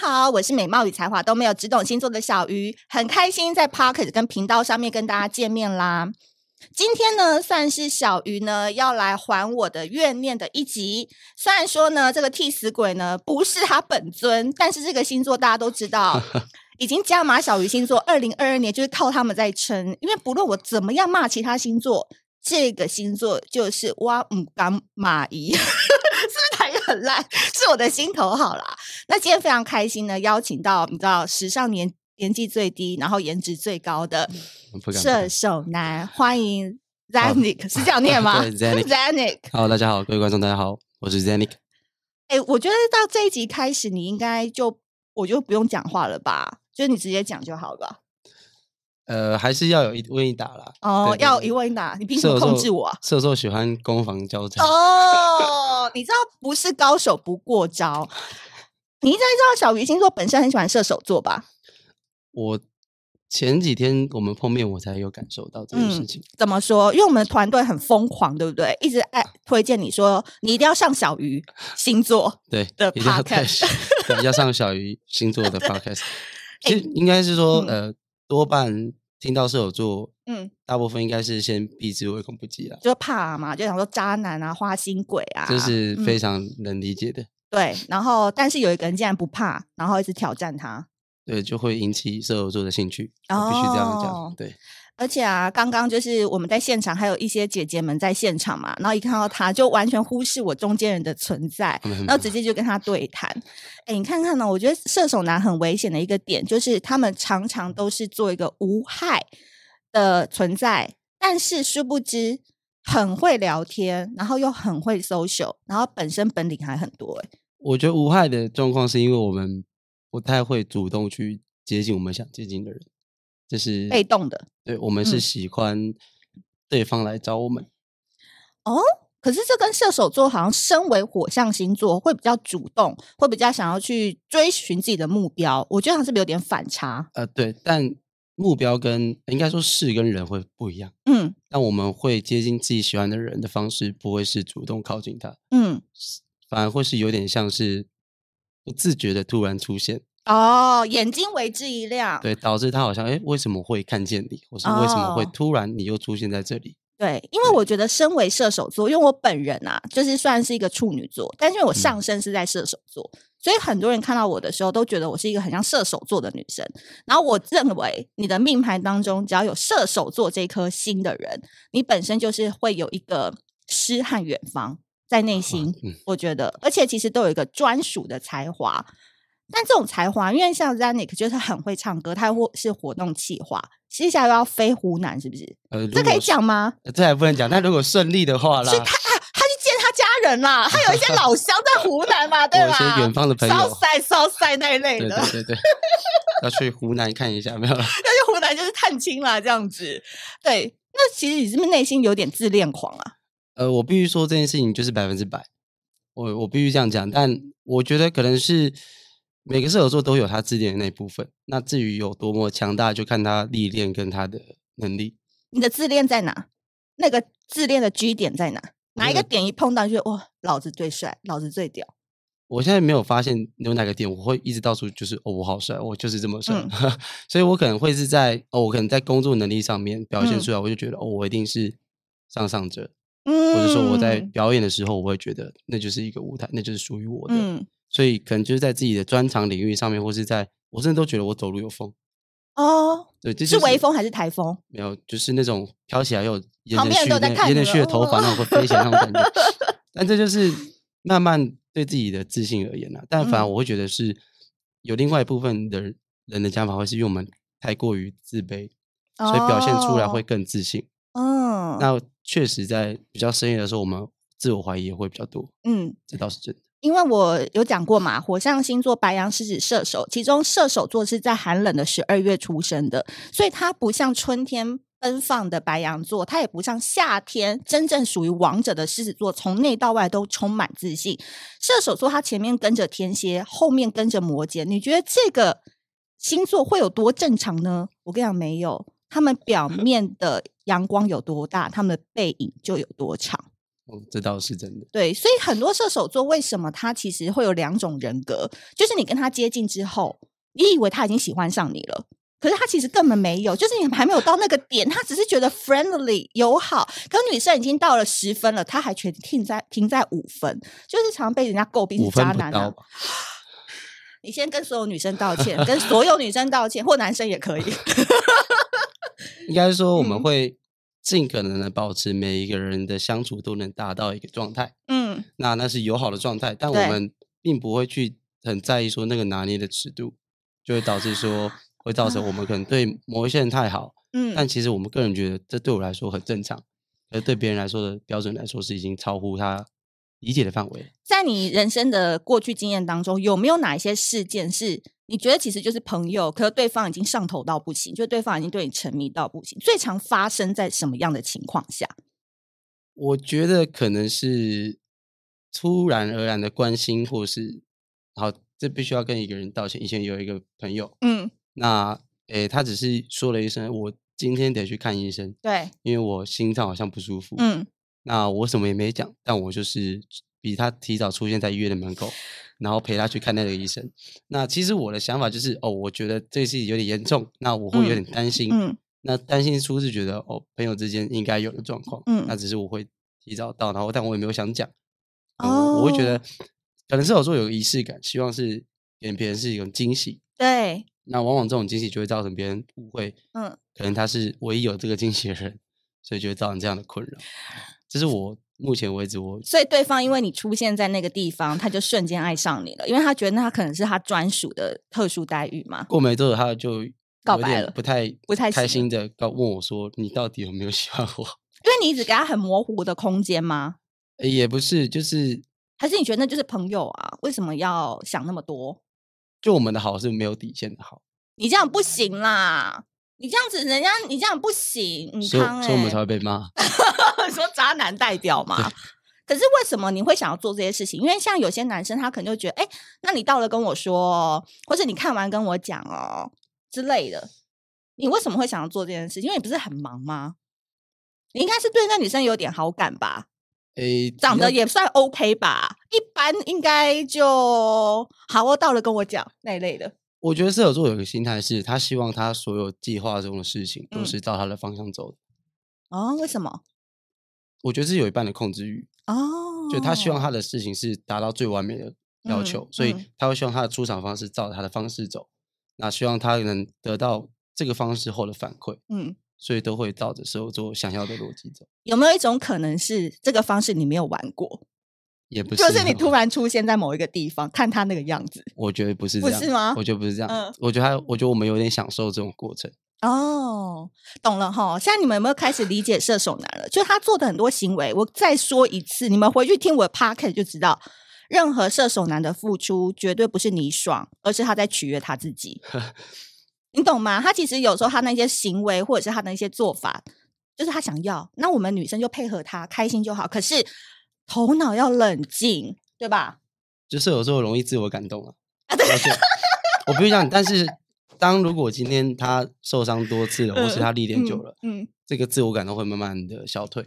好，我是美貌与才华都没有，只懂星座的小鱼，很开心在 Pocket 跟频道上面跟大家见面啦。今天呢，算是小鱼呢要来还我的怨念的一集。虽然说呢，这个替死鬼呢不是他本尊，但是这个星座大家都知道，已经加码小鱼星座，二零二二年就是靠他们在撑。因为不论我怎么样骂其他星座，这个星座就是哇唔敢马姨，是 不是台语很烂？是我的心头好啦。那今天非常开心呢，邀请到你知道时尚年年纪最低，然后颜值最高的嗯不敢。不射敢哦手男，欢迎 Zanik，、是这样念吗对 Zanik ？Zanik， Hello，大家好，各位观众，大家好，我是 Zanik。哎、我觉得到这一集开始，你应该就我就不用讲话了吧？就是你直接讲就好了吧。呃，还是要有一问一答啦。哦对，对要对一问一答，你凭什射么手控制 我啊？射手喜欢攻防交战。哦，你知道不是高手不过 招。你应该知道小鱼星座本身很喜欢射手座吧？我前几天我们碰面，我才有感受到这件事情。怎么说？因为我们团队很疯狂，对不对？一直爱推荐你说你一定要上小鱼星座。对，的一定要 podcast 对要上小鱼星 座的 podcast。其实应该是说，呃，多半听到射手座，嗯，大部分应该是先避之唯恐不及啦，就怕嘛，就想说渣男啊、花心鬼啊，这是嗯非常能理解的。对，然后但是有一个人竟然不怕，然后一直挑战他。对，就会引起射手座的兴趣，我必须这样哦讲。对，而且啊，刚刚就是我们在现场，还有一些姐姐们在现场嘛，然后一看到他就完全忽视我中间人的存在，他们很然后直接就跟他对谈。哎，你看看呢、我觉得射手男很危险的一个点，就是他们常常都是做一个无害的存在，但是殊不知很会聊天，然后又很会 social，然后本身本领还很多、欸。我觉得无害的状况是因为我们不太会主动去接近我们想接近的人，这是被动的。对，我嗯们是喜欢对方来找我们。可是这跟射手座好像，身为火象星座会比较主动，会比较想要去追寻自己的目标。我觉得好像是不是有点反差？呃，对，但目标跟应该说事跟人会不一样。嗯但我们会接近自己喜欢的人的方式，不会是主动靠近他，嗯，反而会是有点像是不自觉的突然出现，哦，眼睛为之一亮。对，导致他好像哎，诶为什么会看见你，或是为什么会哦突然你又出现在这里？对，因为我觉得身为射手座，因为我本人啊，就是虽然是一个处女座，但是因为我嗯上身是在射手座，所以很多人看到我的时候都觉得我是一个很像射手座的女生。然后我认为你的命盘当中，只要有射手座这颗星的人，你本身就是会有一个诗和远方在内心。嗯我觉得，而且其实都有一个专属的才华。但这种才华，因为像 Zanik 就是很会唱歌，他或是活动企划，接下来又要飞湖南，是不是？呃，如这可以果讲吗？呃这还不能讲。但如果顺利的话啦，所以他啊，他去见他家人啦， 他有一些老乡在湖南嘛，对我一吧？些远方的朋友，烧晒烧晒那一类对的，对对对， 要去湖南看一下，没有啦。要去湖南就是探亲啦，这样子。对，那其实你是不是内心有点自恋狂啊？呃，我必须说这件事情就是百分之百，我我必须这样讲。但我觉得可能是每个射手座都有他自恋的那一部分，那至于有多么强大，就看他历练跟他的能力。你的自恋在哪？那个自恋的 G 点在哪？哪一个那个点一碰到就觉得哇，老子最帅，老子最屌？我现在没有发现有哪个点，我会一直到处就是哦，我好帅，我就是这么帅，嗯 所以我可能会是在哦，我可能在工作能力上面表现嗯出来，我就觉得哦，我一定是上上者，嗯，或者说我在表演的时候，我会觉得那就是一个舞台，那就是属于我的。嗯所以可能就是在自己的专长领域上面，或是在我真的都觉得我走路有风，哦，对，这是就微风还是台风？没有，就是那种飘起来又沿旁着边人去都在那看沿着你去的了头发哦那种会飞起来那种感觉。 但这就是慢慢对自己的自信而言啦、但反而嗯我会觉得是有另外一部分的人人的想法，会是因为我们太过于自卑，所以表现出来会哦更自信。嗯，那确实在比较深夜的时候，我们自我怀疑也会比较多，嗯。这倒是真的。因为我有讲过嘛，火象星座白羊、狮子、射手，其中射手座是在寒冷的十二月出生的，所以它不像春天奔放的白羊座，它也不像夏天真正属于王者的狮子座，从内到外都充满自信。射手座它前面跟着天蝎，后面跟着摩羯，你觉得这个星座会有多正常呢？我跟你讲，没有，他们表面的阳光有多大，他们的背影就有多长。哦，这倒是真的。对，所以很多射手座为什么他其实会有两种人格，就是你跟他接近之后，你以为他已经喜欢上你了。可是他其实根本没有，就是你还没有到那个点，他只是觉得 friendly 友好。可女生已经到了十分了，他还全停在停在五分，就是常被人家诟病五是分渣不男、到啊。吧？你先跟所有女生道歉，跟所有女生道歉，或男生也可以。 应该说我嗯们会尽可能的保持每一个人的相处都能达到一个状态，嗯，那那是友好的状态，但对我们并不会去很在意说那个拿捏的尺度，就会导致说会造成我们可能对某一些人太好， 嗯，但其实我们个人觉得这对我来说很正常，而对别人来说的标准来说是已经超乎他理解的范围了。在你人生的过去经验当中，有没有哪一些事件是你觉得其实就是朋友，可是对方已经上头到不行，就对方已经对你沉迷到不行？最常发生在什么样的情况下？我觉得可能是突然而然的关心，或是好，这必须要跟一个人道歉。以前有一个朋友，嗯，那诶，他只是说了一声，我今天得去看医生，对，因为我心脏好像不舒服。，嗯，那我什么也没讲，但我就是比他提早出现在医院的门口，然后陪他去看那个医生。那其实我的想法就是，哦，我觉得这事情有点严重，那我会有点担心。嗯那担心出是觉得哦，朋友之间应该有的状况，嗯那只是我会提早到，然后但我也没有想讲，呃我会觉哦得可能射手座有个仪式感，希望是给别人是一种惊喜，对，那往往这种惊喜就会造成别人误会，嗯，可能他是唯一有这个惊喜的人，所以就会造成这样的困扰。这是我目前为止我所以对方因为你出现在那个地方，他就瞬间爱上你了，因为他觉得那可能是他专属的特殊待遇嘛。过没多久他就告有白点了不太不太开行心的告问我说你到底有没有喜欢我？ 因为你一直给他很模糊的空间吗？呃也不是，就是还是你觉得那就是朋友啊？为什么要想那么多？就我们的好是没有底线的好。你这样不行啦！你这样子，人家你这样不行，你所以康我哎、所以我们才会被骂。 说渣男代表嘛。可是为什么你会想要做这些事情？因为像有些男生，他可能就觉得，哎、那你到了跟我说哦，或者你看完跟我讲哦之类的。你为什么会想要做这件事情？因为你不是很忙吗？你应该是对那女生有点好感吧？诶，长比较得也算 OK 吧？一般应该就好哦，到了跟我讲那一类的。我觉得射手座有一个心态是，他希望他所有计划中的事情都嗯是照他的方向走的。哦，为什么？我觉得是有一半的控制欲，哦，就他希望他的事情是达到最完美的要求，嗯所以嗯他会希望他的出场方式照他的方式走，那希望他能得到这个方式后的反馈，嗯，所以都会照着射手座想要的逻辑走。有没有一种可能是这个方式你没有玩过，也不是，哦就是你突，然出现在某一个地方，看他那个样子我觉得不是不这样，是吗我觉得不是这样，嗯我觉得他，我觉得我们有点享受这种过程。哦，懂了哈。现在你们有没有开始理解射手男了？就他做的很多行为，我再说一次，你们回去听我的 p o c a s t 就知道。任何射手男的付出，绝对不是你爽，而是他在取悦他自己。你懂吗？他其实有时候他那些行为，或者是他的一些做法，就是他想要，那我们女生就配合他，开心就好。可是头脑要冷静，对吧？就射手座容易自我感动啊。而且我不是讲，但是当如果今天他受伤多次了，或是他历练久了，嗯，这个自我感动会慢慢的消退。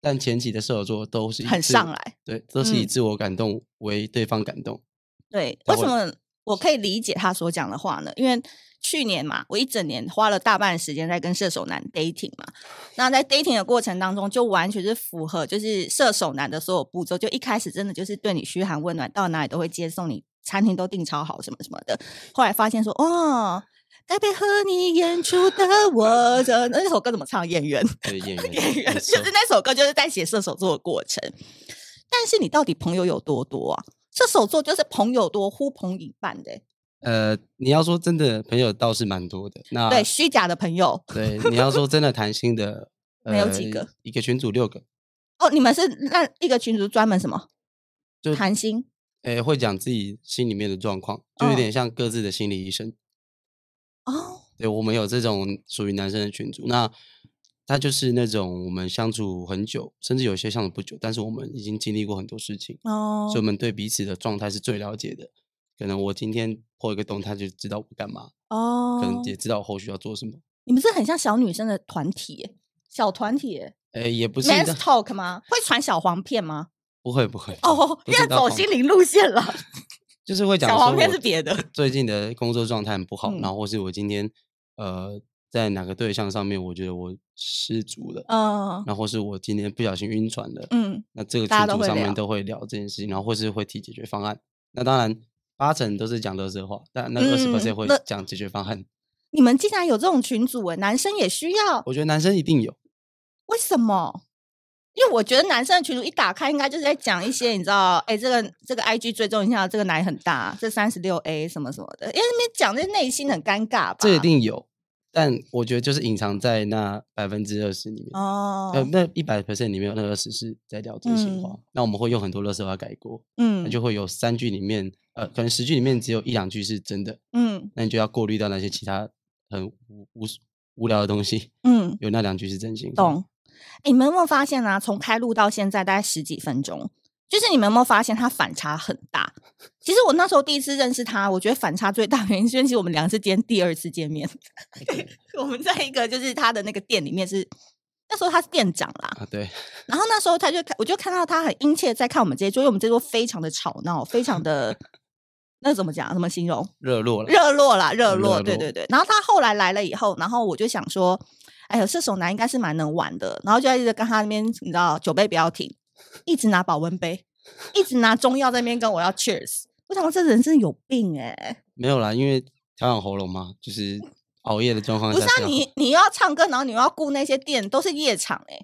但前期的射手座都是以嗯很自上我，来。对，都是以嗯自我感动为对方感动。对，为他什会么我可以理解他所讲的话呢？因为去年嘛，我一整年花了大半时间在跟射手男 dating 嘛，那在 dating 的过程当中，就完全是符合就是射手男的所有步骤，就一开始真的就是对你嘘寒问暖，到哪里都会接送你，餐厅都订超好什么什么的。后来发现说，哦。该配合你演出的我，这那首歌怎么唱？演员，对演员， 演员，没就错是那首歌就是在写射手座的过程。但是你到底朋友有多多啊？射手座就是朋友多，呼朋引伴的欸、呃，你要说真的，朋友倒是蛮多的。那对，虚假的朋友对，你要说真的谈心的，呃，没有几个，一个群组六个，哦，你们是那一个群组专门什么就谈心诶会讲自己心里面的状况，就嗯有点像各自的心理医生。哦，对我们有这种属于男生的群组，那他就是那种我们相处很久，甚至有些相处不久，但是我们已经经历过很多事情，哦所以我们对彼此的状态是最了解的。可能我今天破一个洞，他就知道我干嘛，可哦能，也知道我后续要做什么。你们是很像小女生的团体欸、小团体欸、呃，也不是？Man's 到 Talk 吗？会传小黄片吗？不会不会，哦，不是越到走黄心灵路线了。就是会讲小说黄片我是别的 最近的工作状态很不好，嗯然后或是我今天呃在哪个对象上面，我觉得我失足了，嗯然后或是我今天不小心晕船了，嗯，那这个大家都群组会上面聊都会聊这件事情，然后或是会提解决方案。那当然八成都是讲乐色话，但那二十嗯 percent 会那讲解决方案。你们竟然有这种群组诶，男生也需要？我觉得男生一定有，为什么？因为我觉得男生的群组一打开，应该就是在讲一些你知道，哎、这个这个 IG 追踪一下，这个奶很大，这三十六 A 什么什么的，因为那边讲这内心很尴尬吧？这一定有，但我觉得就是隐藏在那百分之二十里面。哦，呃，那一百 percent 里面有那二十是在聊真心话，那我们会用很多乐色话改过，那嗯就会有三句里面，呃，可能十句里面只有一两句是真的，嗯那你就要过滤掉那些其他很无无无聊的东西，嗯，有那两句是真心话。懂。哎、你们有没有发现啊？从开录到现在大概十几分钟，就是你们有没有发现它反差很大？其实我那时候第一次认识他，我觉得反差最大原因是因为其实我们两次见第二次见面， 我们在一个就是他的那个店里面是那时候他是店长啦，啊？对， 然后那时候他就看，我就看到他很殷切地在看我们这一桌，因为我们这一桌非常的吵闹，非常的那怎么讲？怎么形容？热络了，热络啦，热很络，热对络对对。然后他后来来了以后，然后我就想说，哎呦，射手男应该是蛮能玩的，然后就一直跟他那边，你知道，酒杯不要停，一直拿保温杯，一直拿中药在那边跟我要 cheers。我想说这人真的有病哎、没有啦，因为调养喉咙嘛，就是熬夜的状况嗯不下是要啊，喝，你你又要唱歌，然后你又要顾那些店，都是夜场哎、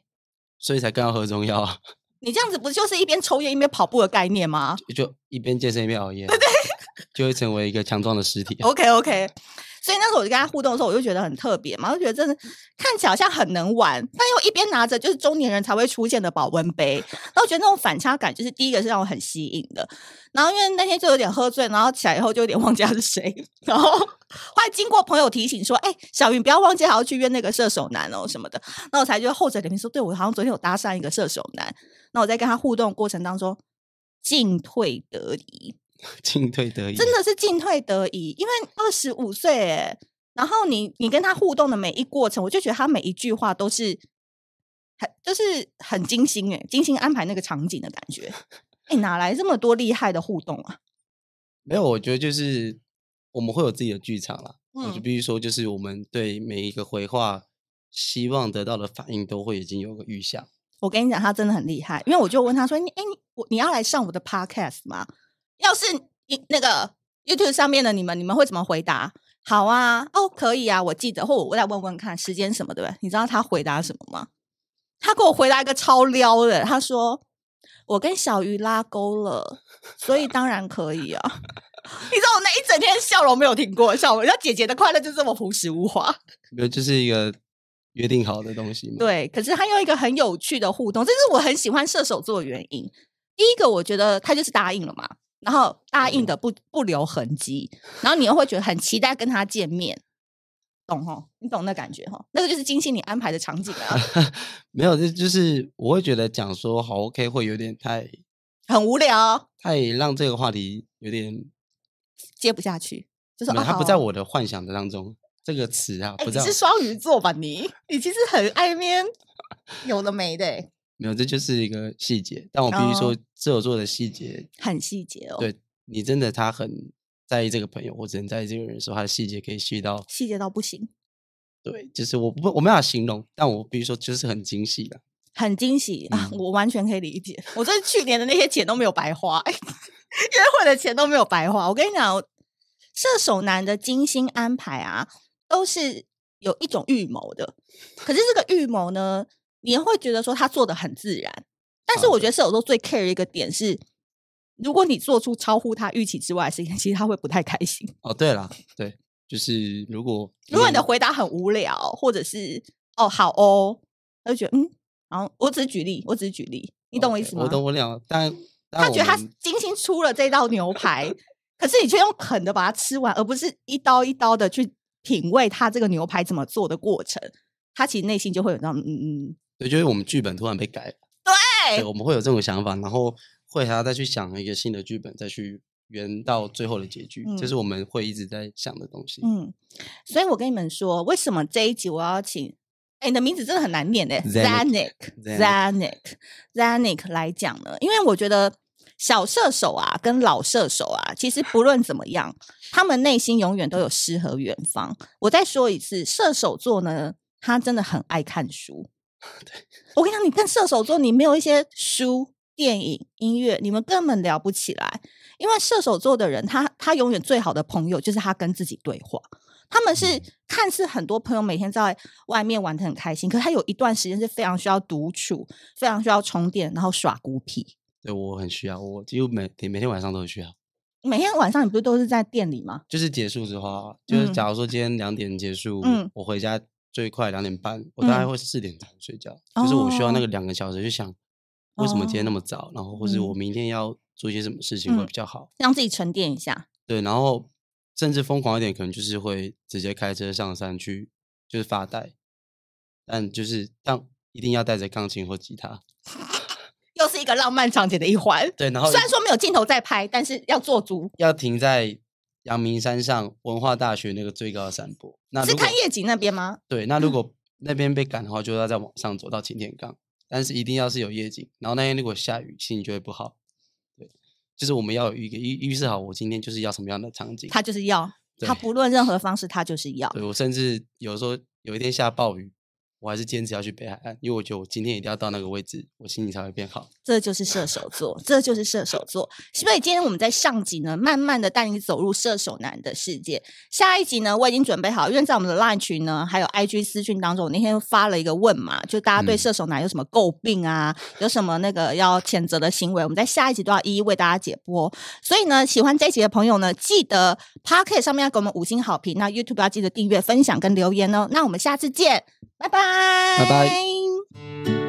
所以才更要喝中药啊， 你这样子不就是一边抽烟一边跑步的概念吗？就一边健身一边熬夜，啊就会成为一个强壮的尸体啊。 OK OK，所以那时候我就跟他互动的时候，我就觉得很特别嘛，我就觉得真的看起来好像很能玩，但又一边拿着就是中年人才会出现的保温杯，然后我觉得那种反差感，就是第一个是让我很吸引的。然后因为那天就有点喝醉，然后起来以后就有点忘记他是谁，然后后来经过朋友提醒说：“哎、小云不要忘记还要去约那个射手男哦什么的。”那我才就后者脸皮说：“对我好像昨天有搭讪一个射手男。”那我在跟他互动的过程当中，进退得宜。啊进退得宜，啊真的是进退得宜，因为二十五岁哎，然后你你跟他互动的每一过程，我就觉得他每一句话都是很就是很精心哎，精心安排那个场景的感觉。哎，哪来这么多厉害的互动啊？没有，我觉得就是我们会有自己的剧场啦。我就嗯必须说，就是我们对每一个回话希望得到的反应，都会已经有个预想。我跟你讲，他真的很厉害，因为我就问他说：“你哎，你我你要来上我的 podcast 吗？要是你那个 YouTube 上面的你们，你们会怎么回答？”好啊，哦，可以啊，我记得，或我再问问看时间什么，对不对？你知道他回答什么吗？他给我回答一个超撩的，他说：“我跟小鱼拉钩了，所以当然可以啊。”你知道我那一整天笑容没有停过，笑容，人家姐姐的快乐就这么朴实无华。没有，就是一个约定好的东西嘛。，对，可是他用一个很有趣的互动，这是我很喜欢射手座的原因。第一个，我觉得他就是答应了嘛，然后答嗯应的不不留痕迹，然后你又会觉得很期待跟他见面，懂吼？你懂那感觉吼？那个就是精心你安排的场景 啊，没有，这就是我会觉得讲说好 OK 会有点太很无聊，太让这个话题有点，接不下去，就没说有啊，它好不在啊。我的幻想的当中。这个词啊，哎、不你在我是双鱼座吧你？你其实很爱 面，有的没的欸、没有，这就是一个细节。但我必须说哦，射手座的细节，很细节哦，对你真的他很在意这个朋友，或者很在意这个人的时候，他的细节可以细到细节到不行。对，就是我不我没办法形容，但我必须说就是很精细的。很惊喜啊！嗯我完全可以理解，我这去年的那些钱都没有白花，哎约会的钱都没有白花。我跟你讲，射手男的精心安排啊，都是有一种预谋的。可是这个预谋呢，你会觉得说他做的很自然，但是啊我觉得射手座最 care 一个点是，如果你做出超乎他预期之外的事情，其实他会不太开心。哦，对啦，对，就是如果如果你的回答很无聊，或者是哦好哦，他就觉得嗯，然后我只是举例，我只是举例，你懂我意 OK，思吗？我懂我了，但但他觉得我他们精心出了这道 牛排，可是你却用啃的把它吃完，而不是一刀一刀的去品味他这个牛排怎么做的过程。他其实内心就会有那种嗯嗯，对，就是我们剧本突然被改了，对我们会有这种想法，然后会还要再去想一个新的剧本，再去圆到最后的结局，这嗯是我们会一直在想的东西。嗯，所以我跟你们说，为什么这一集我要请？哎，你的名字真的很难念诶 z a Zanuck n i c z a n i c z a n i c 来讲呢，因为我觉得小射手啊跟老射手啊，其实不论怎么样，他们内心永远都有诗和远方。我再说一次，射手座呢，他真的很爱看书。我跟你讲，你看射手座，你没有一些书、电影、音乐，你们根本聊不起来。因为射手座的人，他他永远最好的朋友就是他跟自己对话。他们是嗯看似很多朋友每天在外面玩的很开心，可是他有一段时间是非常需要独处、非常需要充电，然后耍孤僻。对我很需要，我几乎每每天晚上都很需要。每天晚上你不是都是在店里吗？就是结束之后啊，就是嗯假如说今天两点结束，嗯我回家最快两点半，我大概嗯哦会四点才睡觉。就是我需要那个两个小时去想，为什么今天那么早，然后或是我嗯明天要做些什么事情会嗯比较好。让自己沉淀一下。对，然后甚至疯狂一点，可能就是会直接开车上山去，就是发呆。但就是但一定要带着钢琴或吉他。又是一个浪漫场景的一环。对，然后虽然说没有镜头在拍，但是要做足，要停在阳明山上文化大学那个最高的山坡。那是如果看夜景那嗯边吗？对，那如果那边被赶的话，就要再往上走到擎天岗，但是一定要是有夜景。然后那天如果下雨，心情就会不好。对，就是我们要有一个预预示好，我今天就是要什么样的场景。他就是要，对他不论任何方式，他就是要。对我甚至有时候有一天下暴雨，我还是坚持要去北海岸，因为我觉得我今天一定要到那个位置，我心情才会变好。这就是射手座，这就是射手座。所以今天我们在上集呢，慢慢的带你走入射手男的世界。下一集呢，我已经准备好，因为在我们的 LINE 群呢，还有 IG 私讯当中，我那天发了一个问嘛，就大家对嗯射手男有什么诟病啊，有什么那个要谴责的行为，我们在下一集都要一一为大家解播。所以呢，喜欢这一集的朋友呢，记得 Pocket 上面要给我们五星好评，那 YouTube 要记得订阅、分享跟留言哦。那我们下次见，拜拜，拜拜。